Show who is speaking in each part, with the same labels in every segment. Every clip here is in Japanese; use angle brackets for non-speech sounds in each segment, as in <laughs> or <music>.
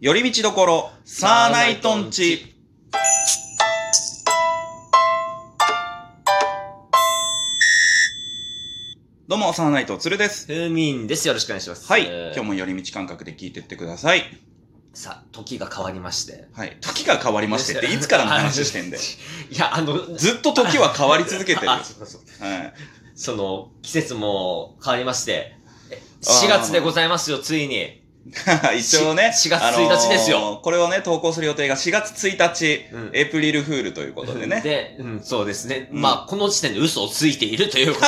Speaker 1: 寄り道どころ、サーナイトンチ。どうも、サーナイト、つるです。
Speaker 2: ふみんです。よろしくお願いします。
Speaker 1: はい、
Speaker 2: えー
Speaker 1: 今日も寄り道感覚で聞いてってください。
Speaker 2: さあ、時が変わりまして。
Speaker 1: はい。時が変わりましてって、いつからの話してん
Speaker 2: <laughs>
Speaker 1: だよ。
Speaker 2: いや、あの、
Speaker 1: ずっと時は変わり続け <laughs> てる。は
Speaker 2: あそうそう
Speaker 1: い。
Speaker 2: その、季節も変わりまして、え
Speaker 1: あー
Speaker 2: 4月でございますよ、ついに。
Speaker 1: <laughs> 一応ね。
Speaker 2: し4月1日ですよ
Speaker 1: あのーこれをね、投稿する予定が4月1日、
Speaker 2: うん
Speaker 1: エイプリルフールということでね。
Speaker 2: で、うん、そうですね。
Speaker 1: うん
Speaker 2: まあ、この時点で嘘をついていると
Speaker 1: <laughs>
Speaker 2: いうこと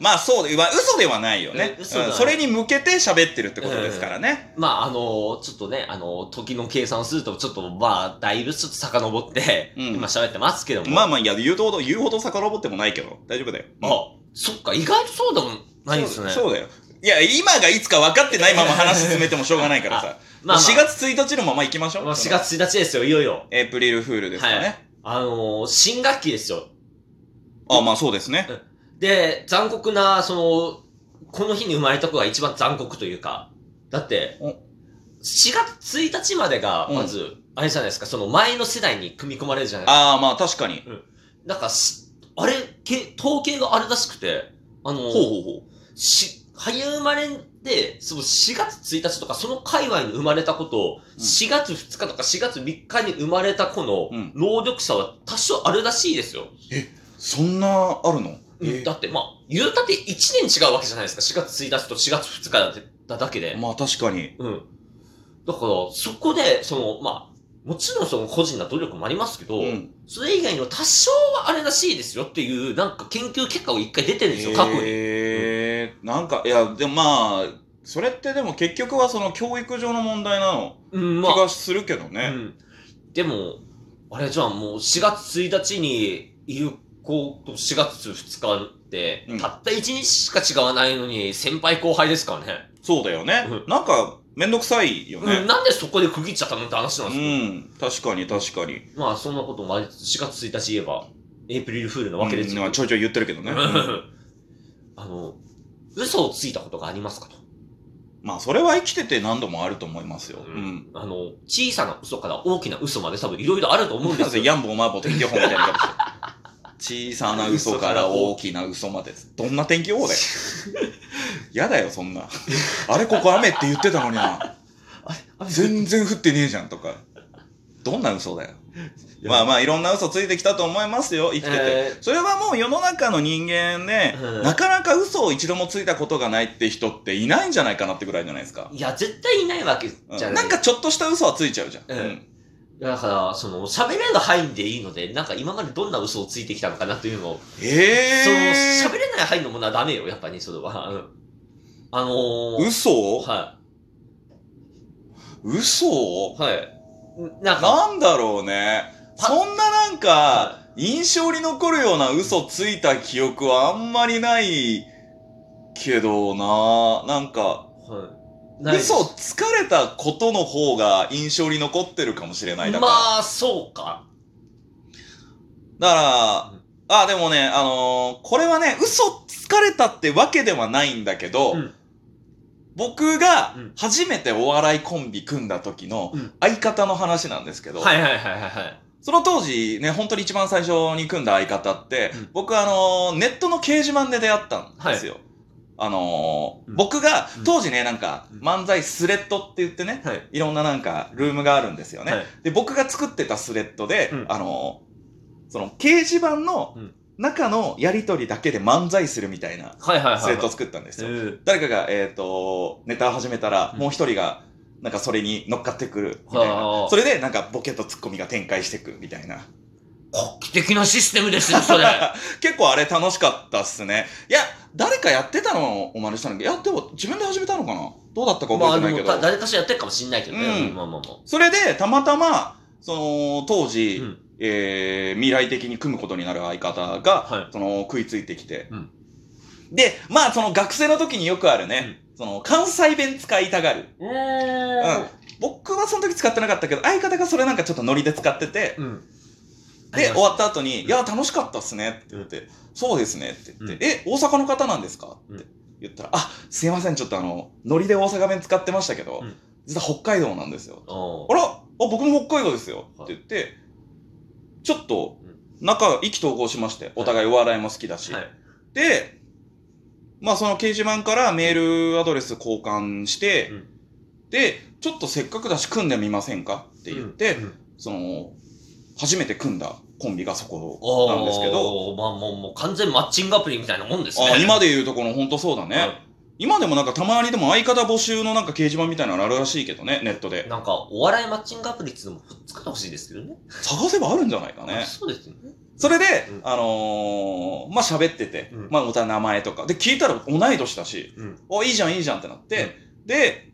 Speaker 1: まあそうで、まあ嘘ではないよね。
Speaker 2: うん嘘では
Speaker 1: う
Speaker 2: なんい
Speaker 1: それに向けて喋ってるってことですからね。
Speaker 2: まあ、あの、ちょっとね、あの、時の計算をすると、ちょっと、まあ、だいぶちょっと遡って、
Speaker 1: うん
Speaker 2: 今喋ってますけども。
Speaker 1: まあまあ、いや、言うほど、言うほど遡ってもないけど、大丈夫だよ。
Speaker 2: あ、そっか、意外とそうでもないんですね。
Speaker 1: そうそうだよ。いや、今がいつか分かってないまま話進めてもしょうがないからさ。
Speaker 2: <laughs> まあ、まあ、
Speaker 1: 4月1日のまま行きましょう。
Speaker 2: まあ4。月1日ですよ、いよいよ。
Speaker 1: エイプリルフールですかね。
Speaker 2: はいあのー新学期ですよ。
Speaker 1: あ、まあそうですね。
Speaker 2: で、残酷な、その、この日に生まれた子が一番残酷というか、だって、
Speaker 1: お
Speaker 2: 4月1日までが、
Speaker 1: うん
Speaker 2: まず、あれじゃないですか、その前の世代に組み込まれるじゃないですか。
Speaker 1: ああ、まあ確かに。
Speaker 2: なんかし、あれ、け統計があれらしくて、あのー
Speaker 1: ほうほうほ
Speaker 2: し、俳優生まれで、その4月1日とか、その界隈に生まれた子と、
Speaker 1: うん
Speaker 2: 4月2日とか4月3日に生まれた子の
Speaker 1: うん
Speaker 2: 能力差は多少あるらしいですよ。
Speaker 1: う。そんな、あるの
Speaker 2: うんだって、まあ、言うたって1年違うわけじゃないですか。4月1日と4月2日だってだだけで。
Speaker 1: まあ確かに。
Speaker 2: うん。だから、そこで、その、まあ、もちろんその個人な努力もありますけど、
Speaker 1: うん。
Speaker 2: それ以外にも多少はあれらしいですよっていう、なんか研究結果を一回出てるんですよ、過去に。
Speaker 1: えー、なんか、いや、でもまあ、それってでも結局はその教育上の問題なの
Speaker 2: うん、
Speaker 1: 気
Speaker 2: まあ、
Speaker 1: がするけど
Speaker 2: う
Speaker 1: ね。
Speaker 2: ん。でも、あれじゃあもう4月1日に有効と4月2日って、
Speaker 1: うん
Speaker 2: たった1日しか違わないのに先輩後輩ですからね。
Speaker 1: そうだよね
Speaker 2: う。
Speaker 1: なんか、めんどくさいよ
Speaker 2: うん、
Speaker 1: ね。
Speaker 2: なんでそこで区切っちゃったのって話なん
Speaker 1: う
Speaker 2: です
Speaker 1: ん。
Speaker 2: よ。
Speaker 1: 確かに確かに。
Speaker 2: まあそんなこともありつつ、4月1日言えば、エイプリルフールなわけです
Speaker 1: うん
Speaker 2: よ。
Speaker 1: まあちょいちょい言ってるけどね。
Speaker 2: <laughs> あの、嘘をついたことがありますかと。
Speaker 1: まあ、それは生きてて何度もあると思いますよ。うん。
Speaker 2: あの、小さな嘘から大きな嘘まで多分いろいろあると思うんで
Speaker 1: なん
Speaker 2: す
Speaker 1: で
Speaker 2: よ。
Speaker 1: ヤンボーマーボー天気予報みたいな
Speaker 2: <laughs>
Speaker 1: ことして。小さな嘘から大きな嘘まで。どんな天気予報だよ。 <laughs> やだよ、そんな。あれ、ここ雨って言ってたのにな。
Speaker 2: あれ
Speaker 1: 全然降ってねえじゃんとか。どんな嘘だよ。まあまあ、いろんな嘘ついてきたと思いますよ、生きてて。
Speaker 2: え
Speaker 1: それはもう世の中の人間で、
Speaker 2: うん
Speaker 1: なかなか嘘を一度もついたことがないって人っていないんじゃないかなってぐらいじゃないですか。
Speaker 2: いや、絶対いないわけじ
Speaker 1: うん
Speaker 2: ゃない。
Speaker 1: なんかちょっとした嘘はついちゃうじゃん。
Speaker 2: うんだから、その、喋れる範囲でいいので、なんか今までどんな嘘をついてきたのかなというのを、その、
Speaker 1: え
Speaker 2: 喋れない範囲のものはダメよ、やっぱり、それは。うんあの
Speaker 1: ー、
Speaker 2: ー、
Speaker 1: 嘘を
Speaker 2: は
Speaker 1: 嘘を
Speaker 2: い。はい。なんか、
Speaker 1: なんだろうね。
Speaker 2: パ
Speaker 1: そんななんか
Speaker 2: は、
Speaker 1: 印象に残るような嘘ついた記憶はあんまりないけどな。なんか、
Speaker 2: はいないです
Speaker 1: 嘘つかれたことの方が印象に残ってるかもしれない。だから、
Speaker 2: まあ、そうか。
Speaker 1: だ
Speaker 2: うん
Speaker 1: から、あ、でもね、あのーこれはね、嘘つかれたってわけではないんだけど、
Speaker 2: うん
Speaker 1: 僕が
Speaker 2: うん
Speaker 1: 初めてお笑いコンビ組んだ時の
Speaker 2: うん
Speaker 1: 相方の話なんですけど、
Speaker 2: はいはいはいはいはい。
Speaker 1: その当時ね、本当に一番最初に組んだ相方って、
Speaker 2: うん
Speaker 1: 僕あのーネットの掲示板で出会ったんですよ。あのー
Speaker 2: うん
Speaker 1: 僕が
Speaker 2: うん
Speaker 1: 当時ね、なんか
Speaker 2: うん
Speaker 1: 漫才スレッドって言ってね、
Speaker 2: はい。
Speaker 1: いろんななんかルームがあるんですよね。
Speaker 2: はい
Speaker 1: で、僕が作ってたスレッドで、
Speaker 2: うん
Speaker 1: あのーその掲示板の
Speaker 2: うん
Speaker 1: 中のやりとりだけで漫才するみたいな
Speaker 2: はいはいはい。
Speaker 1: スレッドを作ったんですよ。
Speaker 2: うん
Speaker 1: 誰かが、えっ、と、ネタを始めたら、
Speaker 2: うん
Speaker 1: もう一人が、なんかそれに乗っかってくるみたい
Speaker 2: は
Speaker 1: な。
Speaker 2: あ
Speaker 1: それで、なんかボケとツッコミが展開してくみたいな。
Speaker 2: 画期的なシステムですよ、それ。
Speaker 1: <laughs> 結構あれ楽しかったっすね。いや、誰かやってたのをお真似したのいや、でも自分で始めたのかなどうだったか
Speaker 2: ま
Speaker 1: 覚
Speaker 2: あ、
Speaker 1: えてな
Speaker 2: で
Speaker 1: いけ
Speaker 2: も、
Speaker 1: ど。
Speaker 2: た誰かしらやってるかもしんないけどね。
Speaker 1: うん
Speaker 2: うんまあまあまあ。
Speaker 1: それで、たまたま、その、当時、
Speaker 2: うん
Speaker 1: えー未来的に組むことになる相方が、
Speaker 2: はい
Speaker 1: その、食いついてきて。
Speaker 2: うん
Speaker 1: で、まあ、その学生の時によくあるね、その、関西弁使いたがる。僕はその時使ってなかったけど、相方がそれなんかちょっとノリで使ってて、
Speaker 2: うん。うん。
Speaker 1: で、
Speaker 2: ありました
Speaker 1: 終わった後に、いや、楽しかったっすねって言って、そうですねって言って、え、大阪の方なんですかって言ったら、あ、すいません、ちょっとあの、ノリで大阪弁使ってましたけど、
Speaker 2: うん
Speaker 1: 実は北海道なんですよ。
Speaker 2: お
Speaker 1: あらあ、僕も北海道ですよって言って、ちょっと
Speaker 2: うん、
Speaker 1: 仲、意気投合しまして、お互いお笑いも好きだし。
Speaker 2: はい。
Speaker 1: で、まあその掲示板からメールアドレス交換して、
Speaker 2: うん
Speaker 1: で、ちょっとせっかくだし組んでみませんかって言って、
Speaker 2: うんうん
Speaker 1: その、初めて組んだコンビがそこ
Speaker 2: おー
Speaker 1: なんですけど、
Speaker 2: まあもう、もう完全マッチングアプリみたいなもんですね。
Speaker 1: あ今で言うとこの本当そうだね、
Speaker 2: は
Speaker 1: 今でもなんかたまにでも相方募集のなんか掲示板みたいなのあるらしいけどね、ネット
Speaker 2: い。
Speaker 1: で。
Speaker 2: なんか、お笑いマッチングアプリっていうのも作ってほしいですけどね。
Speaker 1: 探せばあるんじゃないかね。
Speaker 2: そうですよね。
Speaker 1: それで、
Speaker 2: うん
Speaker 1: あのーまあ、喋ってて、
Speaker 2: うん
Speaker 1: まあ、お互い名前とか。で、聞いたら同い年だし、
Speaker 2: うん。
Speaker 1: お、いいじゃん、いいじゃんってなって、で、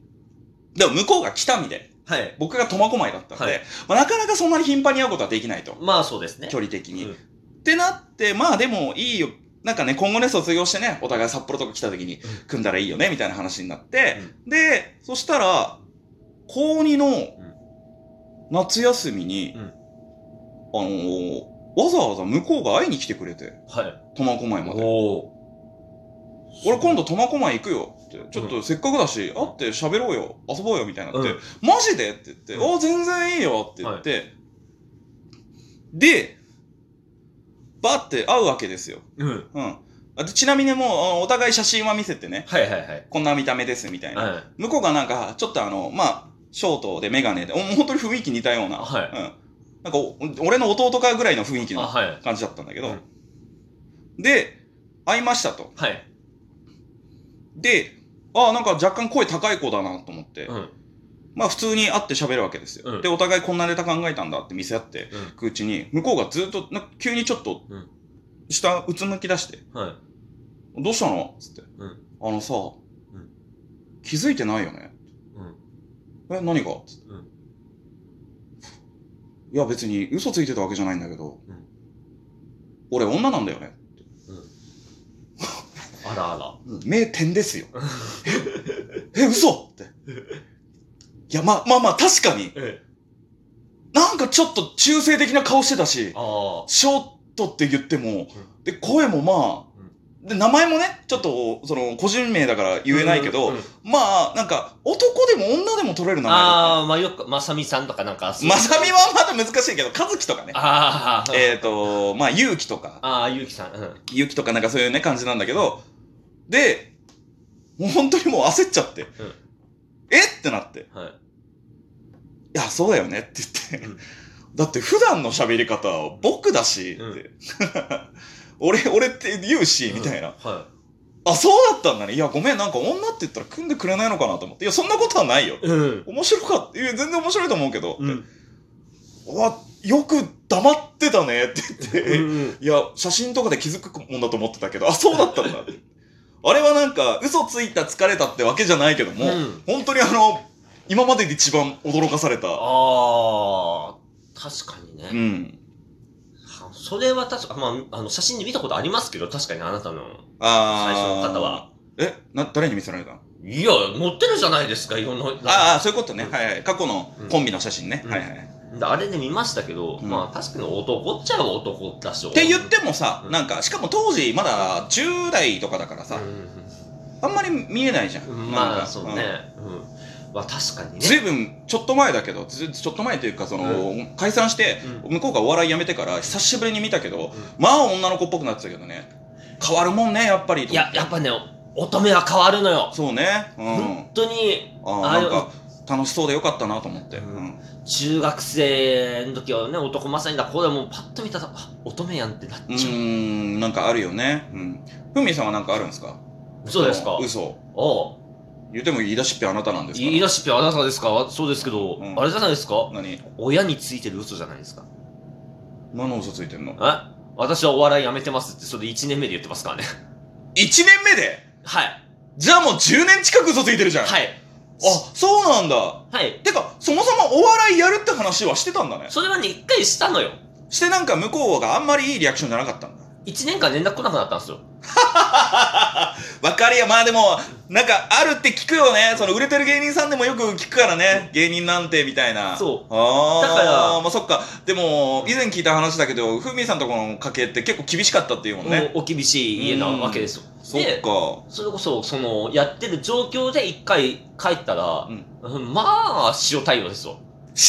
Speaker 1: でも向こうが北見で、
Speaker 2: はい。
Speaker 1: 僕が苫小牧だったんで、
Speaker 2: はい
Speaker 1: まあ、なかなかそんなに頻繁に会うことはできないと。
Speaker 2: まあそうですね。
Speaker 1: 距離的に。
Speaker 2: うん
Speaker 1: ってなって、まあでもいいよ。なんかね、今後ね、卒業してね、お互い札幌とか来た時に
Speaker 2: うん
Speaker 1: 組んだらいいよね、みたいな話になって、で、そしたら、高2の
Speaker 2: ん
Speaker 1: 夏休みに、
Speaker 2: うん
Speaker 1: あのーわざわざ向こうが会いに来てくれて、
Speaker 2: はい。
Speaker 1: 苫小牧まで。
Speaker 2: おー
Speaker 1: 俺今度苫小牧行くよって、ちょっ
Speaker 2: う
Speaker 1: とせっかくだし、会って喋ろうよ、遊ぼうよみたいになって、
Speaker 2: うん
Speaker 1: マジでって言って、
Speaker 2: うん
Speaker 1: あ、全然いいよって言って、で、バーって会うわけですよ。
Speaker 2: うん。
Speaker 1: うん。あとちなみにもうあの、お互い写真は見せてね、
Speaker 2: はいはいはい。
Speaker 1: こんな見た目ですみたいな。
Speaker 2: はい。
Speaker 1: 向こうがなんか、ちょっとあの、まあ、ショートでメガネで、お本当に雰囲気似たような、
Speaker 2: は
Speaker 1: う
Speaker 2: い
Speaker 1: ん。なんかお、俺の弟かぐらいの雰囲気
Speaker 2: あ、
Speaker 1: の
Speaker 2: はい。
Speaker 1: 感じだったんだけど、
Speaker 2: うん
Speaker 1: で、会いましたと。
Speaker 2: はい。
Speaker 1: で、ああ、なんか若干声高い子だなと思って、
Speaker 2: うん。
Speaker 1: まあ普通に会って喋るわけですよ、
Speaker 2: うん
Speaker 1: で、お互いこんなネタ考えたんだって見せ合って
Speaker 2: う
Speaker 1: いくうちに、向こうがずっと、なんか急にちょっと
Speaker 2: うん、
Speaker 1: 下うつむき出して、
Speaker 2: ん。はい。
Speaker 1: どうしたのつって、
Speaker 2: うん
Speaker 1: あのさ、
Speaker 2: ん
Speaker 1: 気づいてないよね
Speaker 2: うん。
Speaker 1: え、何がつって、
Speaker 2: うん
Speaker 1: いや、別に嘘ついてたわけじゃないんだけど、
Speaker 2: うん
Speaker 1: 俺女なんだよね。
Speaker 2: あらあら。
Speaker 1: 名店ですよ。え、嘘って。いや、ま、まあまあ、確かに、
Speaker 2: え
Speaker 1: なんかちょっと中性的な顔してたし、
Speaker 2: あ
Speaker 1: ショートって言っても、で、声もまあ、で、名前もね、ちょっと、その、個人名だから
Speaker 2: あ。
Speaker 1: 言えないけど、
Speaker 2: うんうん
Speaker 1: まあ、なんか、男でも女でも取れる名前だっ
Speaker 2: ああ、まあよく、まさみさんとかなんか、
Speaker 1: た。まさみはまだ難しいけど、和樹とかね。
Speaker 2: ああ、
Speaker 1: えっ、と、まあ、勇気とか、
Speaker 2: ああ、ゆうきさん。うん。
Speaker 1: 勇気とかなんかそういうね、感じなんだけど、で、もう本当にもう焦っちゃって、えってなって、い
Speaker 2: はい。
Speaker 1: や、そうだよねって言って、
Speaker 2: うん
Speaker 1: だって普段の喋り方は僕だし、って、 <laughs>
Speaker 2: うん
Speaker 1: 俺、俺って言うし、みたいな。
Speaker 2: うん。は
Speaker 1: あ、そうだったんだね。いや、ごめん、なんか女って言ったら組んでくれないのかなと思って、いや、そんなことはないよ。
Speaker 2: い。うん。
Speaker 1: 面白かった。いや、全然面白いと思うけど、
Speaker 2: うん。
Speaker 1: うわ、よく黙ってたねって言って、
Speaker 2: うん
Speaker 1: いや、写真とかで気づくもんだと思ってたけど、あ、そうだったんだ。あれはなんか、嘘ついた疲れたってわけじゃないけども、
Speaker 2: うん
Speaker 1: 本当にあの、今までで一番驚かされた。
Speaker 2: ああ、確かにね。
Speaker 1: うん。
Speaker 2: それは確か、まあ、あの、写真で見たことありますけど、確かにあなたの
Speaker 1: あ
Speaker 2: 最
Speaker 1: ー
Speaker 2: 初の方は。。
Speaker 1: えな、誰に見せられたの
Speaker 2: いや、持ってるじゃないですか、いろんな。
Speaker 1: ああ、そういうことね。
Speaker 2: うん
Speaker 1: はいはい。過去のコンビの写真ね。
Speaker 2: うん
Speaker 1: はいはい。っ
Speaker 2: であれで見ましたけど、
Speaker 1: うん
Speaker 2: まあ確かに男っちゃ男だし。
Speaker 1: て言ってもさ
Speaker 2: う、ん
Speaker 1: なんか、しかも当時まだ10代とかだからさ、
Speaker 2: う
Speaker 1: あんまり見えないじゃん。
Speaker 2: ん、
Speaker 1: なん
Speaker 2: ま
Speaker 1: か
Speaker 2: あそう。ね。うん。まあ確かに
Speaker 1: うん
Speaker 2: ね。
Speaker 1: ずいぶん、ちょっと前だけど、ずちょっと前というか、その、解散して、向こうがお笑いやめてから久しぶりに見たけど、
Speaker 2: う
Speaker 1: まあ女の子っぽくなってたけどね変わるもんねやっぱり
Speaker 2: んいや、やっぱね、乙女は変わるのよ。
Speaker 1: そうねうん
Speaker 2: 本当に、
Speaker 1: ああなんか楽しそうでよかったなと思って、う
Speaker 2: うんん中学生の時はね、男まさにだ、これもうパッと見たら、あ、乙女やんってなっ
Speaker 1: う
Speaker 2: ちゃう。
Speaker 1: ーんなんかあるよねうんふみさんはなんかあるんですか
Speaker 2: そうですか
Speaker 1: の。嘘
Speaker 2: おう
Speaker 1: 言っても言い出しっぺあなたなんですから
Speaker 2: 言い出しっぺはあなたですかそうですけど、
Speaker 1: うん
Speaker 2: あれじゃないですか
Speaker 1: 何
Speaker 2: 親についてる嘘じゃないですか。
Speaker 1: 何の嘘ついてんの
Speaker 2: え私はお笑いやめてますって、それ1年目で言ってますからね。
Speaker 1: 1年目で
Speaker 2: <laughs> はい。
Speaker 1: じゃあもう10年近く嘘ついてるじゃん、
Speaker 2: はい。
Speaker 1: あそうなんだ
Speaker 2: はい。
Speaker 1: てかそもそもお笑いやるって話はしてたんだね
Speaker 2: それはね、一回したのよ。
Speaker 1: してなんか向こうがあんまりいいリアクションじゃなかったんだ
Speaker 2: 一年間連絡来なくなったんですよ。
Speaker 1: わかるや、まあでも、なんかあるって聞くよね。その売れてる芸人さんでもよく聞くからね。芸人なんてみたいな。。
Speaker 2: そう
Speaker 1: ああ。
Speaker 2: だから
Speaker 1: まあそっか。でも、以前聞いた話だけど、ふみさんとこの家系って結構厳しかったっていうもんね。
Speaker 2: もうお厳しい家なわけですよ。
Speaker 1: そっ
Speaker 2: で、
Speaker 1: か。
Speaker 2: それこそ、その、やってる状況で一回帰ったら、
Speaker 1: うん
Speaker 2: うんまあ、塩対応ですよ。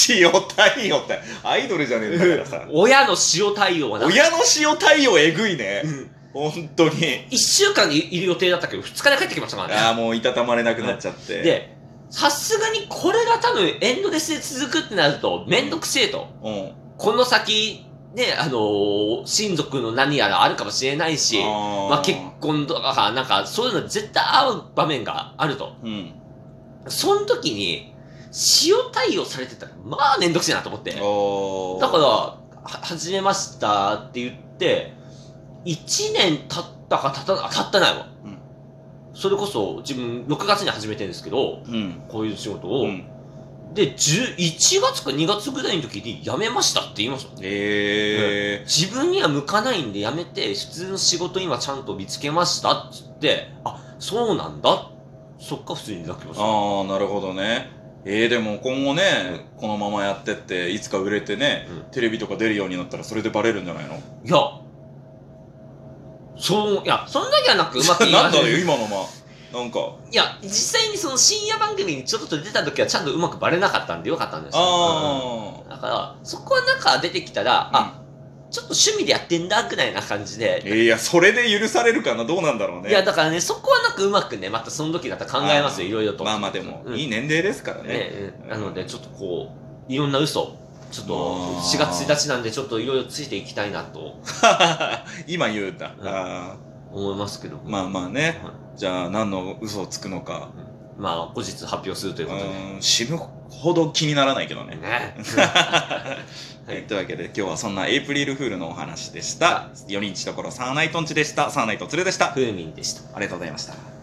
Speaker 1: 塩対応って、アイドルじゃねえんだからさ。
Speaker 2: 親の塩対応はな、
Speaker 1: 親の塩対応えぐいね
Speaker 2: う。ん
Speaker 1: 本当に。
Speaker 2: 一週間にいる予定だったけど、二日で帰ってきましたからね。
Speaker 1: ああ、もういたたまれなくなっちゃって。
Speaker 2: で、さすがにこれが多分エンドレスで続くってなると、めんどくせえと。
Speaker 1: うん。
Speaker 2: この先、ね、あのー親族の何やらあるかもしれないし、
Speaker 1: あー
Speaker 2: まあ結婚とか、なんかそういうの絶対合う場面があると。
Speaker 1: うん。
Speaker 2: その時に、塩対応されてたら、まあめんどくせえなと思って。だか
Speaker 1: おー
Speaker 2: ら、は、始めましたって言って、1年経ったか経たない、経ってないわ。
Speaker 1: うん
Speaker 2: それこそ自分6月に始めてるんですけど、
Speaker 1: うん。
Speaker 2: こういう仕事
Speaker 1: う
Speaker 2: を。
Speaker 1: ん。
Speaker 2: で、10 1月か2月ぐらいの時に辞めましたって言いました。
Speaker 1: ええ
Speaker 2: 自分には向かないんで辞めて、普通の仕事今ちゃんと見つけましたっつって、あ、そうなんだ。そっか、普通に泣きました。
Speaker 1: ああ、なるほどね。ええでも今後ね、このままやってって、いつか売れてね、
Speaker 2: うん
Speaker 1: テレビとか出るようになったらそれでバレるんじゃないの <laughs>
Speaker 2: いや、そう、いや、そんなにはなくうまく言
Speaker 1: <laughs>
Speaker 2: い
Speaker 1: なん
Speaker 2: ま
Speaker 1: だろ
Speaker 2: せ。
Speaker 1: うん今のま。なんか、
Speaker 2: いや、実際にその深夜番組にちょっと出た時はちゃんとうまくバレなかったんでよかったんですよ。
Speaker 1: あ
Speaker 2: うんだから、そこはなんか出てきた
Speaker 1: あ。
Speaker 2: ら、あ、ちょっと趣味でやってんだぐらいな感じで
Speaker 1: うん、いや、それで許されるかなどうなんだろうね。
Speaker 2: いや、だからね、そこはなんかうまくね、またその時だったら考えますよ、
Speaker 1: あー
Speaker 2: いろいろと。
Speaker 1: まあまあでも、
Speaker 2: うん
Speaker 1: いい年齢ですからね。
Speaker 2: ね、うんなので、ちょっとこう、いろんな嘘、ちょっと
Speaker 1: あー
Speaker 2: 4月1日なんで、ちょっといろいろついていきたいなと
Speaker 1: <laughs> 今言うんだ。
Speaker 2: うん
Speaker 1: あ
Speaker 2: 思いますけども。
Speaker 1: ーまあまあね。
Speaker 2: はい
Speaker 1: じゃあ、何の嘘をつくのか。
Speaker 2: まあ、後日発表するといううことで。
Speaker 1: ーん、死ぬほど気にならないけどね。
Speaker 2: ね。
Speaker 1: はい、というわけで今日はそんなエイプリルフールのお話でした。4人ちところサーナイトンチでした。サーナイトツルでした。
Speaker 2: ふうみんでした。
Speaker 1: ありがとうございました。